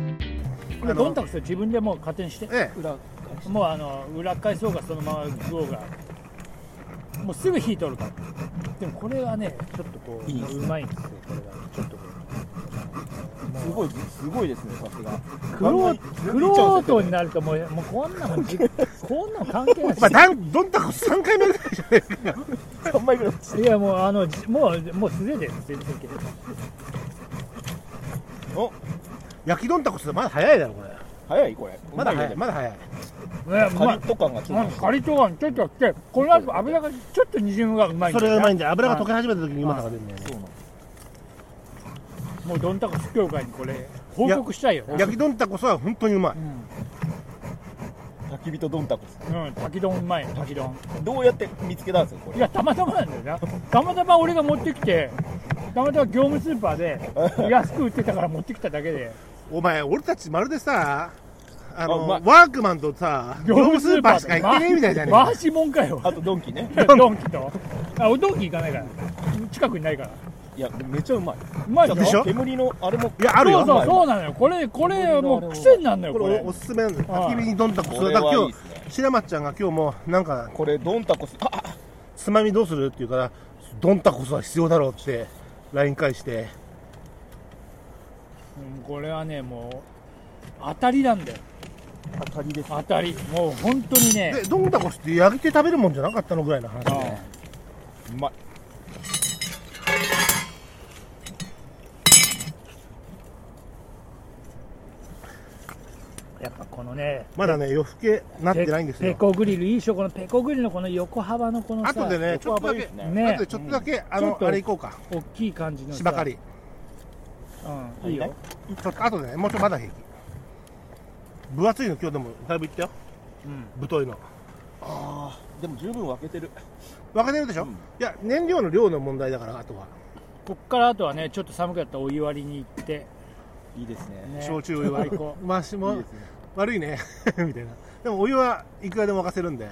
もあうのゴンタクス自分でもう加点して、ええ裏もうあの裏返そうがそのまま食おうがもうすぐ火取るからでもこれはねちょっとこういいですうまいんですよこれがちょっとこうすごいすごいですねさすがクロガンガンクロートになるともうもうこんなもんじこんなもん関係ないしまあ、 だんどんたく3回目ぐらいじゃないですか。 3枚ぐらい落ちていやもうあのじもうもう素手で全然いけるお焼きどんたくってまだ早いだろ、これ。早いこれまだ早早い、まだ早い。いやうカまリいッと感がきうんカリッと感ちょっとあってこの後油がちょっと煮汁がうまいんそだれよねがうまいんだよ。油が溶け始めた時にうまさが出るんだよね。もうどんたこ司教会にこれ報告したいよね焼きどんたこそは本当にうまい。焚き火とどんたくうん滝丼うまい滝丼どうやって見つけたんですかこいれやたまたまなんだよなたまたま俺が持ってきてたまたま業務スーパー で安く売ってたから持ってきただけでお前、俺たちまるでさ、あの、あうまいワークマンとさ、業務スーパーしか行ってねえみたいじゃねえ回か。しもんかよあとドンキねドンキとあ俺ドンキ行かないから近くにないからいやめちゃうまいうまいででししょょ煙のあれもいや、あるそうよ。そうそうなのよこれこれもう癖になるのよここれれおおすすめなんですはい焚き火にどんたこ。こそれれだからは今い日いで、すね白松ちゃんが今日も、なんか、これどんたこすああつまみどうするって言うから、どんたこそは必要だろうって、LINE 返して。うんこれはねもう当たりなんだよ当たりです当たりもう本当にねで、どんたこって焼いて食べるもんじゃなかったのぐらいの話。うんうまいやっぱこのねまだね、夜更けなってペないんですよペ。コグリルいいでしょこのペコグリルのこの横幅のこのさ後でね、ちょっとだけ、ね後でちょっとだけ、あちょっの、とあれ行こうか。大きい感じのさ芝刈り。うんいいよ、はいちょっと後でね、もうちょっとまだ平気。分厚いの今日でもだいぶいったよ。うん太いの。あーでも十分分けてる分かれるでしょ、うんいや、燃料の量の問題だから、あとは。こっからあとはねちょっと寒かったらお湯割りに行って、いいですねね、焼酎お湯は最高。まあ、しいいもです、ね悪いね。 みたいな。でもお湯はいくらでも沸かせるんで。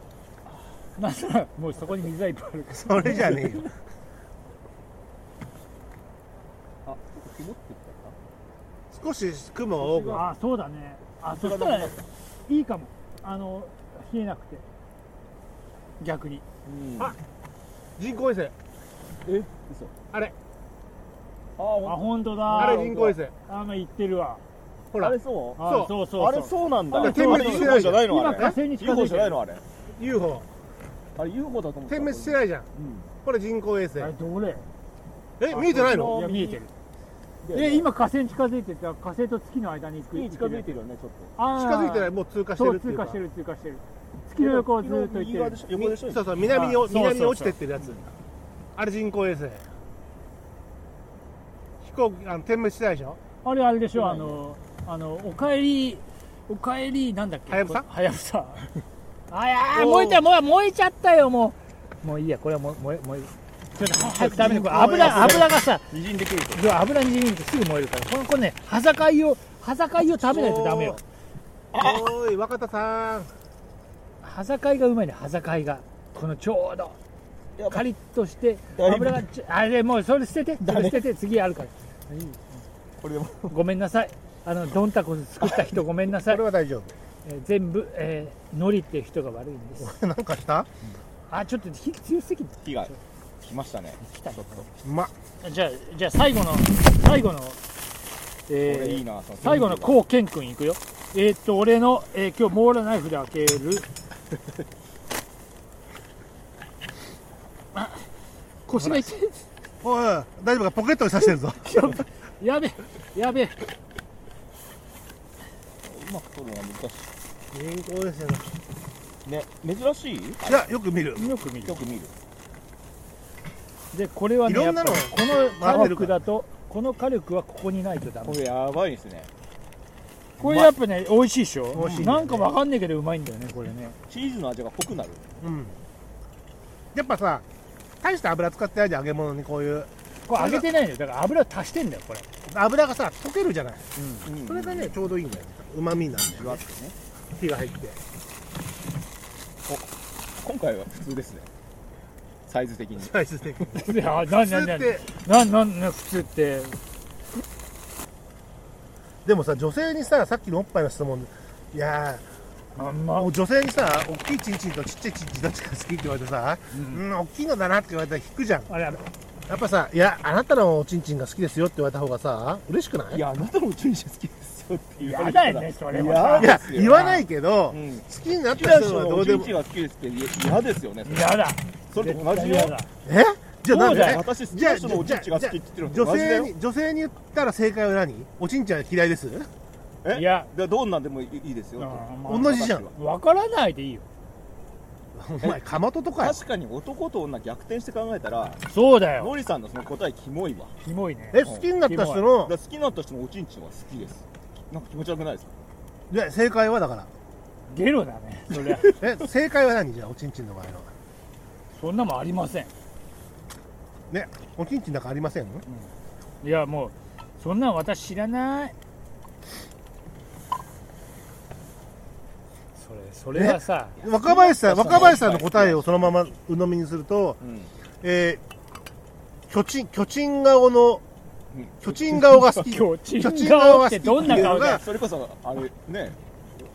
なんならもうそこに水はいっぱいあるかそれじゃねえよ。あちょっと曇ってきたか少し雲が多く。らあそうだねあそしたらねいいかもあの冷えなくて逆にうんあ人工衛星。え嘘あれ、ああほん本当あだれ人工衛星。あまあ言ってるわほあられ、そあそそううそううそうあれそうなんだあれ点滅してない UFO じゃないのあ今火れ星に近づ UFO いじてゃないるのあれ UFO。あれ UFO だと思って点た滅してないじゃん。うんこれ人工衛星あ。れどれえ、見えてないあのいや見えてるでえ今火星に近づいてた火星と月の間に行く月に近づいてるよねちょっあー近づいてない、もう通過してそるうってい通う過か。してる通過してると月の横をずっと行って右側でるしょ横でしょそうそう南におあそうそうそう南に落ちてってるやつあれ人工衛星飛行機あの点滅してないでしょあれあれでしょあのあのおかえりおかえりなんだっけはやぶさこれはやぶ さあいやーおー燃えたもう燃えちゃったよもうもういいやこれはもう燃え燃えちょっとは早くダメだこれ油油がさにじんでくるといや油にじみるとすぐ燃えるからこのこれね端境を端境を食べないとダメよおーい若田さ ん端境がうまいね端境がこのちょうどやばいカリッとしてだいぶ油がちょあれもうそれ捨ててそれ捨てて次あるからいいこれでもごめんなさいあのドンタコス作った人ごめんなさこ いれ、は大丈夫えー全部、えー、ノリっていう人が悪いんです俺 なんかしたあちょっと火強すぎて火が来ましたねきたちょっとこうまっじゃあじゃあ最後の最後の、えーれいいなそ最後のここうけんくんいくよえーっと俺の、えー今日モーラナイフで開け るあ腰が痛いおいおい大丈夫かポケットに刺してるぞやべやべうまく取るのは難し人工衛星のいね珍しいいやよく見るよく見るよく見るでこれはねいろんなのやっぱこの火力だとこの火力はここにないとダこメれやばいですねこれやっぱね美味しいでしょ美味しいねなんかわかんないけどうまいんだよねこれねチーズの味が濃くなるうんやっぱさ大した油使ってないじゃん揚げ物にこういうこれ揚げてないのよだから油を足してんだよこれ 油がさ溶けるじゃないそそれがねちょうどいいんだようまみになるんだじよわっとね火が入って今回は普通ですねサイズ的に大豆ス テーキいやな普な通なってななな普通ってでもさ女性にささっきのおっぱいの質問いやあんまーもう女性にさ大きいチンチンとちっちゃいチンチンどっちが好きって言われてさ、うん、大きいのだなって言われたら引くじゃんあれあれやっぱさいやあなたのおちんちんが好きですよって言われた方がさ嬉しくないいやあなたの注射好きですよって言わやれただらよねそれもやさいや言わないけど、うん好きになっ好きなた人人はのどおうちでんもちんが好きですって嫌ですよねそれ嫌だそれと同じよ絶対嫌だえじゃあなんでそうだよ私好きな人のおちんちんが好きって言ってるのと女同じだ性よに女性に言ったら正解は何おちんちんは嫌いです えいやでどんなんでもいいですよあーま同じじゃんわからないでいいよお前かまととかよ確かに男と女逆転して考えたらそうだよノリさんのその答えキモいわキモいねえ好きになった人だのから好きになった人のおちんちんは好きですなんか気持ち悪くないですかいや正解はだからゲロだねそりゃえ正解は何じゃあおちんちんの場合のそんなもんありませんねおちんちんなんかありませんいやもうそんなん私知らないそれそれはさ若林さんそう若林さんの答えをそのまま鵜呑みにするとうんえー、巨人巨人顔のうん巨人顔が 好き巨人巨人顔顔っが好きてってどんな顔だよがそれこそあれね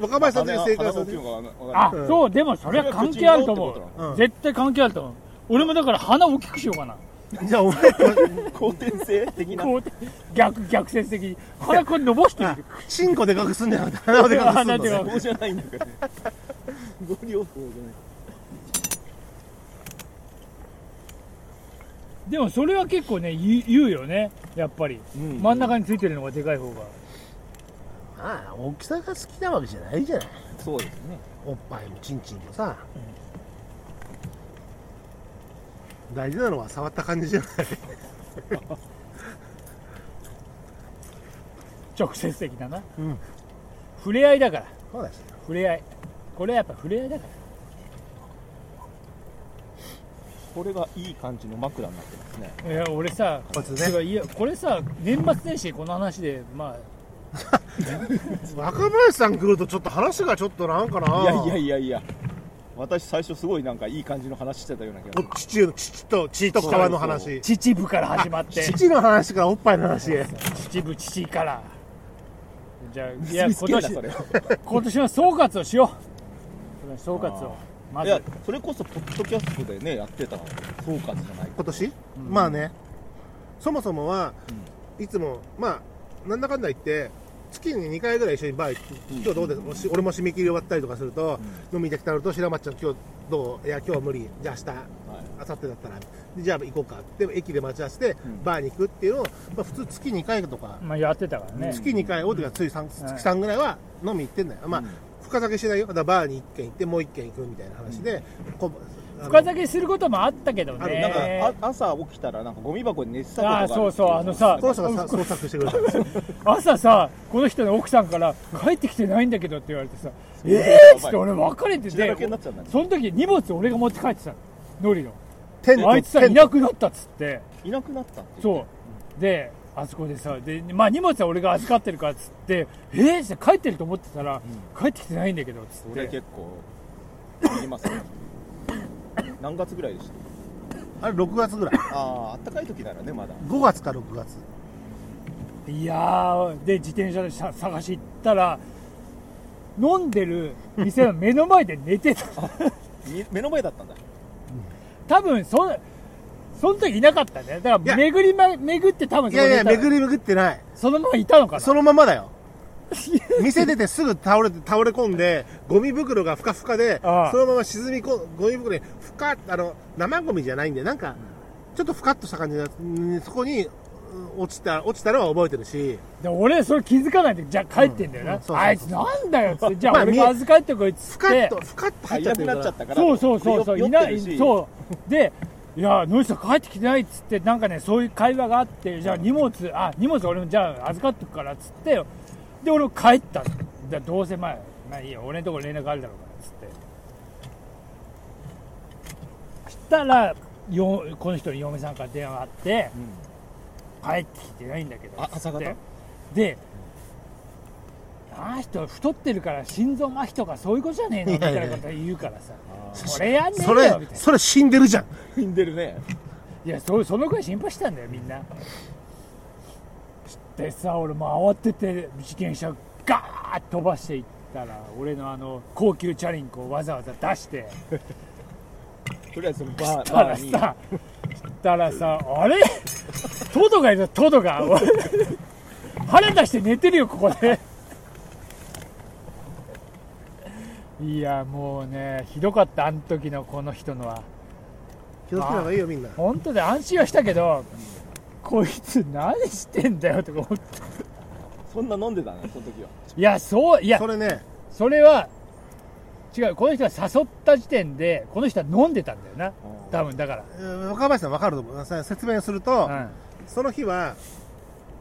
若林さんの正解は花そのれであうんそうでもそれは関係あると思ううん絶対関係あると思う俺もだから鼻大きくしようかなじゃあお前後天性的なこう逆逆説的に鼻これ伸ばしてみるチンコでかくすんじゃなくて鼻をでかくすんの、鼻でかねく、棒じゃないんだからねご両方じゃないでもそれは結構ね言う言うよねやっぱりうん真ん中についてるのがでかい方が まあ大きさが好きなわけじゃないじゃないそうですねおっぱいもチンチンもさ、大事なのは触った感じじゃない直接的だなうん触れ合いだからそうですよ触れ合いこれはやっぱ触れ合いだからこれがいい感じの枕になってますねいや俺さこいつてねかいやこれさ年末年始この話でまあ若林さん来るとちょっと話がちょっとなんかないやいやいやいや私最初すごいなんかいい感じの話してたような気がお父の父と父と川の話秩父から始まって父の話からおっぱいの話へ秩父父からじゃあいいや今好きだ年それは今年の総括をしよう総括をまいずやそれこそポッドキャストでねやってた総括じゃない今年、まあねそもそもは、いつもまあなんだかんだ言って月に2回ぐらい一緒にバー行って今日どうです、もし俺も締め切り終わったりとかすると、飲みに来たのと白松ちゃん今日どういや今日は無理じゃあ明日はい明後日だったらでじゃあ行こうかで駅で待ち合わせて、んバーに行くっていうのを、まあ、普通月2回とか、まあやってたからね月2回をとかつい3、はい月3ぐらいは飲み行ってんだよ、まあ深酒しないよだからバーに1軒行ってもう1軒行くみたいな話で、こうあの深酒することもあったけどあねるなんかあ朝起きたらなんかゴミ箱に寝てたことがあるあーそうそうあのさこの人がさ捜索してくれたんですよ朝さこの人の奥さんから「帰ってきてないんだけど」って言われてさ「うええー!」っつって俺別れて血だらけてになっちゃうんだねその時荷物俺が持って帰ってたのノリのテントあいつさテいントなくなったっつっていなくなったってそうであそこでさで、まあ、荷物は俺が預かってるからっつって「えー!」って帰ってると思ってたら、帰ってきてないんだけどっつっそれて結構言いますね何月ぐらいでしあれ6月ぐら いたあああったかい時ならねまだ5月か6月いやーで自転車でさ探し行ったら飲んでる店の目の前で寝 てたみ目の前だったんだ多分そんその時いなかったねだからいや巡り、ま、巡って多分いそこやにいやたの巡り巡ってないそのままいたのかなそのままだよ 店出てすぐ倒れて倒れ込んでゴミ袋がふかふかでああそのまま沈み込んゴミ袋にふかあの生ゴミじゃないんでなんかちょっとふかっとした感じでそこにうん落ちた落ちたのは覚えてるし で俺それ気づかないでじゃあ帰ってんだよな、うんうんそうそうそうあいつなんだよっつってじゃまああ俺見えが預かってこいっつふっかってとふかっと入いっちゃなってくるなかっちゃっらたからそうそうそうそう酔いってなるいしそうでいやノイさん帰ってきてないっつってなんかねそういう会話があってじゃあ荷物あ荷物俺もじゃあ預かっとくからっつってで俺も帰ったじゃあどうせまあまあいいよ俺のとこ連絡あるだろうからっつってしたらよこの人に嫁さんから電話があって、帰ってきてないんだけどあつって朝方であの人太ってるから心臓麻痺とかそういうことじゃねえのみいやたいやいいなやこと言うからさそれやんねえそよみたいれなそれ死んでるじゃん死んでるねいやそそのくらい心配してたんだよみんなってさ俺もう慌てて自転車ガーッ飛ばしていったら俺のあの高級チャリンコをわざわざ出してとりあえずそ のバーたらバーにさしたらさあれトドがいるトドが俺腹出して寝てるよここでいやもうねひどかったあの時のこの人のは気をつけた方がいいよみんな本当で安心はしたけどこいつ何してんだよとか思ってそんな飲んでたねその時はいやそういやそれねそれは違うこの人が誘った時点でこの人は飲んでたんだよな多分だかえー若林さん分かると思うさ説明すると、ら、その日は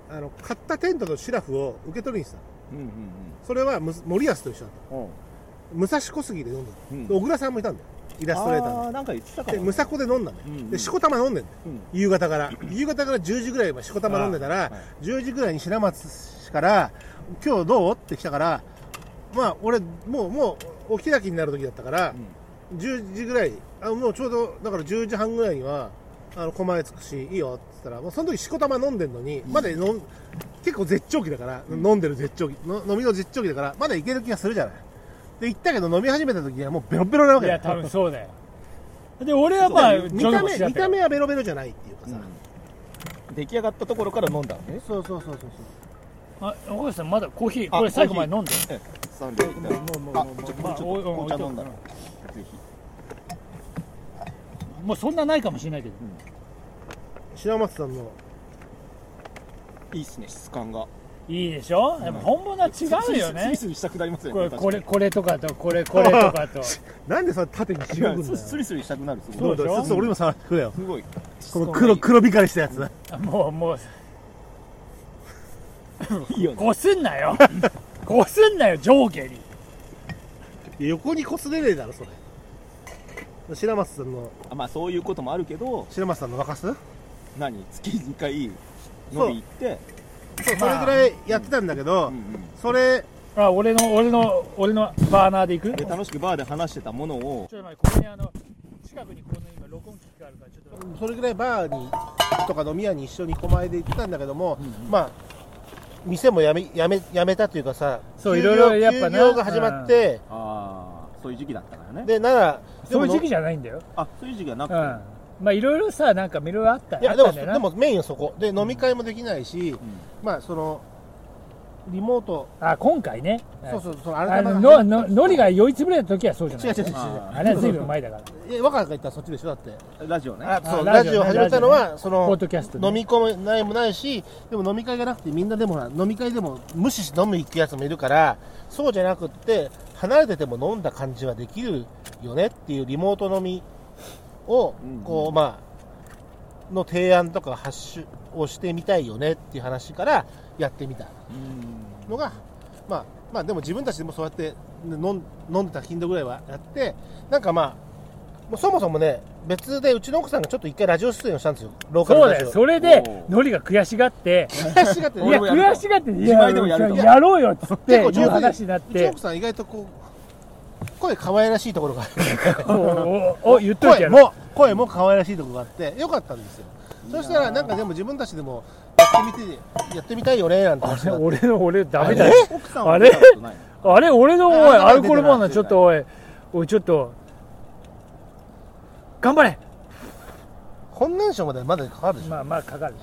あの買ったテントとシラフを受け取りにしたのうんうんそれはむ森保と一緒だったうん武蔵小杉で飲んだの、うんで小倉さんもいたんだよイラストレーターあーなんか言ってたかででも武蔵小で飲んだのよ、うんうんでしこたま飲んでんだようん夕方から夕方から10時ぐらいまでしこたま飲んでたら、あーはい10時ぐらいに白松市から今日どうって来たからまあ俺もうもうお開きになる時だったから、10時ぐらいあもうちょうどだから10時半ぐらいにはあの狛江つくしいいよって言ったらもうその時しこたま飲んでんのに、まだ飲ん結構絶頂期だから、飲んでる絶頂期の飲みの絶頂期だからまだいける気がするじゃないで行ったけど飲み始めた時にはもうベロベロなわうん、いけだやよ多分そうだよで俺はまあ見た目ジョグ見た目はベロベロじゃないっていうかさ、うん出来上がったところから飲んだのねそうそうそうそうそうあ岡部さんまだコーヒーあこれ最後まで飲んでそれでいただもうきもうあもうちょっとまあちおょいっとおい紅茶飲んだらおいぜひもうそんなないかもしれないけど白松さんのいいっすね質感がいいでしょやっぱ本物は違うよスリねスリしたくなりますよこれねこれこれとかとこれこれとかとなんでそれ縦に確違かうにんいやだよスリスリしたくなるすそごういでしょちょっと俺も触ってくれよすごいこの黒黒光りしたやつもうもういいよねこすんなよ こすんなよ上下に横にこすれねえだろそれ白松さんのあまあそういうこともあるけど白松さんの沸かすそう何月2回飲みそう行ってそれぐらいやってたんだけど、うんうんそれあ俺の俺の俺のバーナーでいくで楽しくバーで話してたものをちょっと待ってここにあの近くにこの今録音機器があるからちょっと待ってそれぐらいバーにとか飲み屋に一緒に狛江で行ってたんだけども、まあ店もやめやめやめたというかさそう休いろいろやっぱな休業が始まって、ああそういう時期だったからねでならそういう時期期じゃないんだよあそういう時期がなうくんてまあいろいろさなんかいろいろあったいやあっでたもんだよでなもメインはそこで飲み会もできないし、まあそのリモートあ今回ねそうそうそうあ改めののてののりが酔いつぶれた時はそうじゃ違なうい違う違う違うああれは随分前だからえ若が言ったらそっちでしょだってうんラジオねあそうあララジジオオ始めたのラジはそポッのドキャストで飲み込めないもないしでも飲み会がなくてみんなでもほら飲み会でも無視して飲む行くやつもいるからそうじゃなくって離れてても飲んだ感じはできるよねっていうリモート飲みをうんうんこうまあの提案とか発信をしてみたいよねっていう話からやってみたうんのがまあまあでも自分たちでもそうやってね飲ん飲んでた頻度ぐらいはやってなんかまあもうそもそもね別でうちの奥さんがちょっと一回ラジオ出演をしたんですよローカルそうのラだジオよそれでおうのりが悔しがって悔 しがっていねや俺もやると悔しがってい自や前でもやるとやろうよっつって結い構上手うに話になっうちのて奥さん意外とこう声可愛らしいところがあるおおお言っといて声やろうも声も可愛らしいところがあってよかったんですよそしたらなんかでも自分たちでもやってみてやってみたいよねなんて話になって俺の俺ダメだよ奥さんは見たことないのあれ俺のおいあアルコールバーナー出ちてょないっとおいおいちょっと頑張れ本年賞までまだかかるでしょまあまあかかるな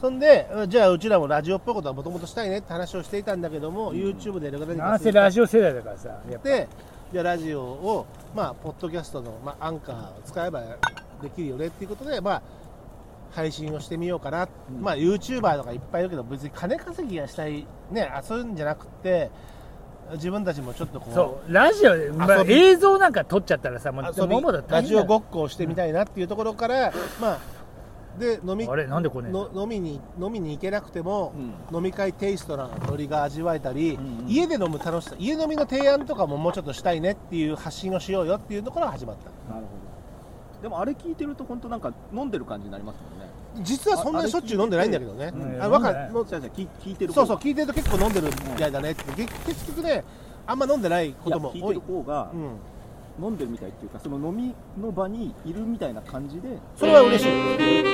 そんでじゃあうちらもラジオっぽいことはもともとしたいねって話をしていたんだけども、YouTube でやる方になんせラジオ世代だからさやっぱでじゃあラジオを、まあ、ポッドキャストの、まあ、アンカーを使えばできるよねっていうことで、まあ、配信をしてみようかな、まあ、YouTuber とかいっぱいいるけど別に金稼ぎがしたい、ね、あそういうんじゃなくて自分たちもちょっとこうそうラジオで、まあ遊び映像なんか撮っちゃったらさもう遊びもうまだラ大ジ変だオごよっこをしてみたいなっていうところから、まあで飲みあれなんで来ねえんだの飲みに飲みに行けなくても、う飲み会テイストなノリが味わえたり、んうん家で飲む楽しさ家飲みの提案とかももうちょっとしたいねっていう発信をしようよっていうところが始まったなるほどでもあれ聞いてると本当なんか飲んでる感じになりますもんね実はそんなにしょっちゅう飲んでないんだけどねあれ聞いててあうんわか飲んでないるのじゃあじゃあ聞聞いてるそう方そうが聞いてると結構飲んでるみたいだねって結結局ねあんま飲んでないこいやとも聞い多ている方がうん、飲んでるみたいっていうかその飲みの場にいるみたいな感じでそれは嬉しい